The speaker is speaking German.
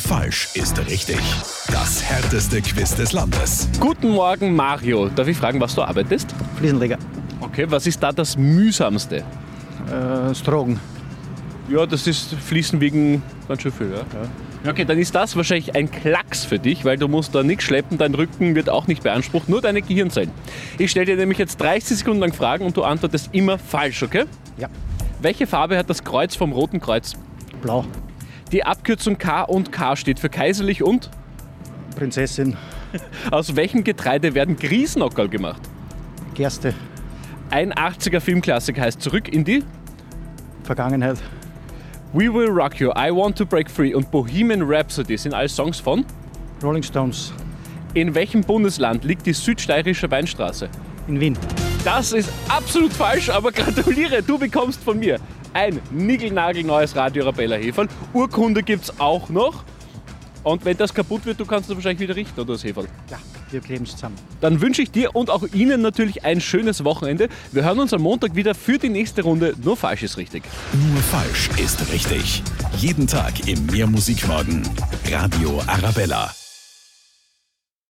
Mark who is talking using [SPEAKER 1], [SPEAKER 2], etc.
[SPEAKER 1] falsch ist richtig. Das härteste Quiz des Landes.
[SPEAKER 2] Guten Morgen, Mario. Darf ich fragen, was du arbeitest?
[SPEAKER 3] Fliesenleger.
[SPEAKER 2] Okay, was ist da das mühsamste?
[SPEAKER 3] Äh, Strogen.
[SPEAKER 2] Ja, das ist Fließen wegen ganz schön viel, ja. Ja, Okay, dann ist das wahrscheinlich ein Klacks für dich, weil du musst da nichts schleppen, dein Rücken wird auch nicht beansprucht, nur deine Gehirnzellen. Ich stelle dir nämlich jetzt 30 Sekunden lang Fragen und du antwortest immer falsch, okay?
[SPEAKER 3] Ja.
[SPEAKER 2] Welche Farbe hat das Kreuz vom Roten Kreuz?
[SPEAKER 3] Blau.
[SPEAKER 2] Die Abkürzung K und K steht für kaiserlich und
[SPEAKER 3] Prinzessin.
[SPEAKER 2] aus welchem Getreide werden Griesnockerl gemacht?
[SPEAKER 3] Gerste.
[SPEAKER 2] Ein 80er Filmklassiker heißt Zurück in die
[SPEAKER 3] Vergangenheit.
[SPEAKER 2] We Will Rock You, I Want to Break Free und Bohemian Rhapsody sind alles Songs von
[SPEAKER 3] Rolling Stones.
[SPEAKER 2] In welchem Bundesland liegt die südsteirische Weinstraße?
[SPEAKER 3] In Wien.
[SPEAKER 2] Das ist absolut falsch, aber gratuliere, du bekommst von mir ein niegelnagelneues Radio Arabella Heferl. Urkunde gibt's auch noch. Und wenn das kaputt wird, du kannst es wahrscheinlich wieder richten, oder das Heferl.
[SPEAKER 3] Ja, wir kleben zusammen.
[SPEAKER 2] Dann wünsche ich dir und auch Ihnen natürlich ein schönes Wochenende. Wir hören uns am Montag wieder für die nächste Runde. Nur falsch ist richtig.
[SPEAKER 1] Nur falsch ist richtig. Jeden Tag im Mehrmusikmorgen. Radio Arabella.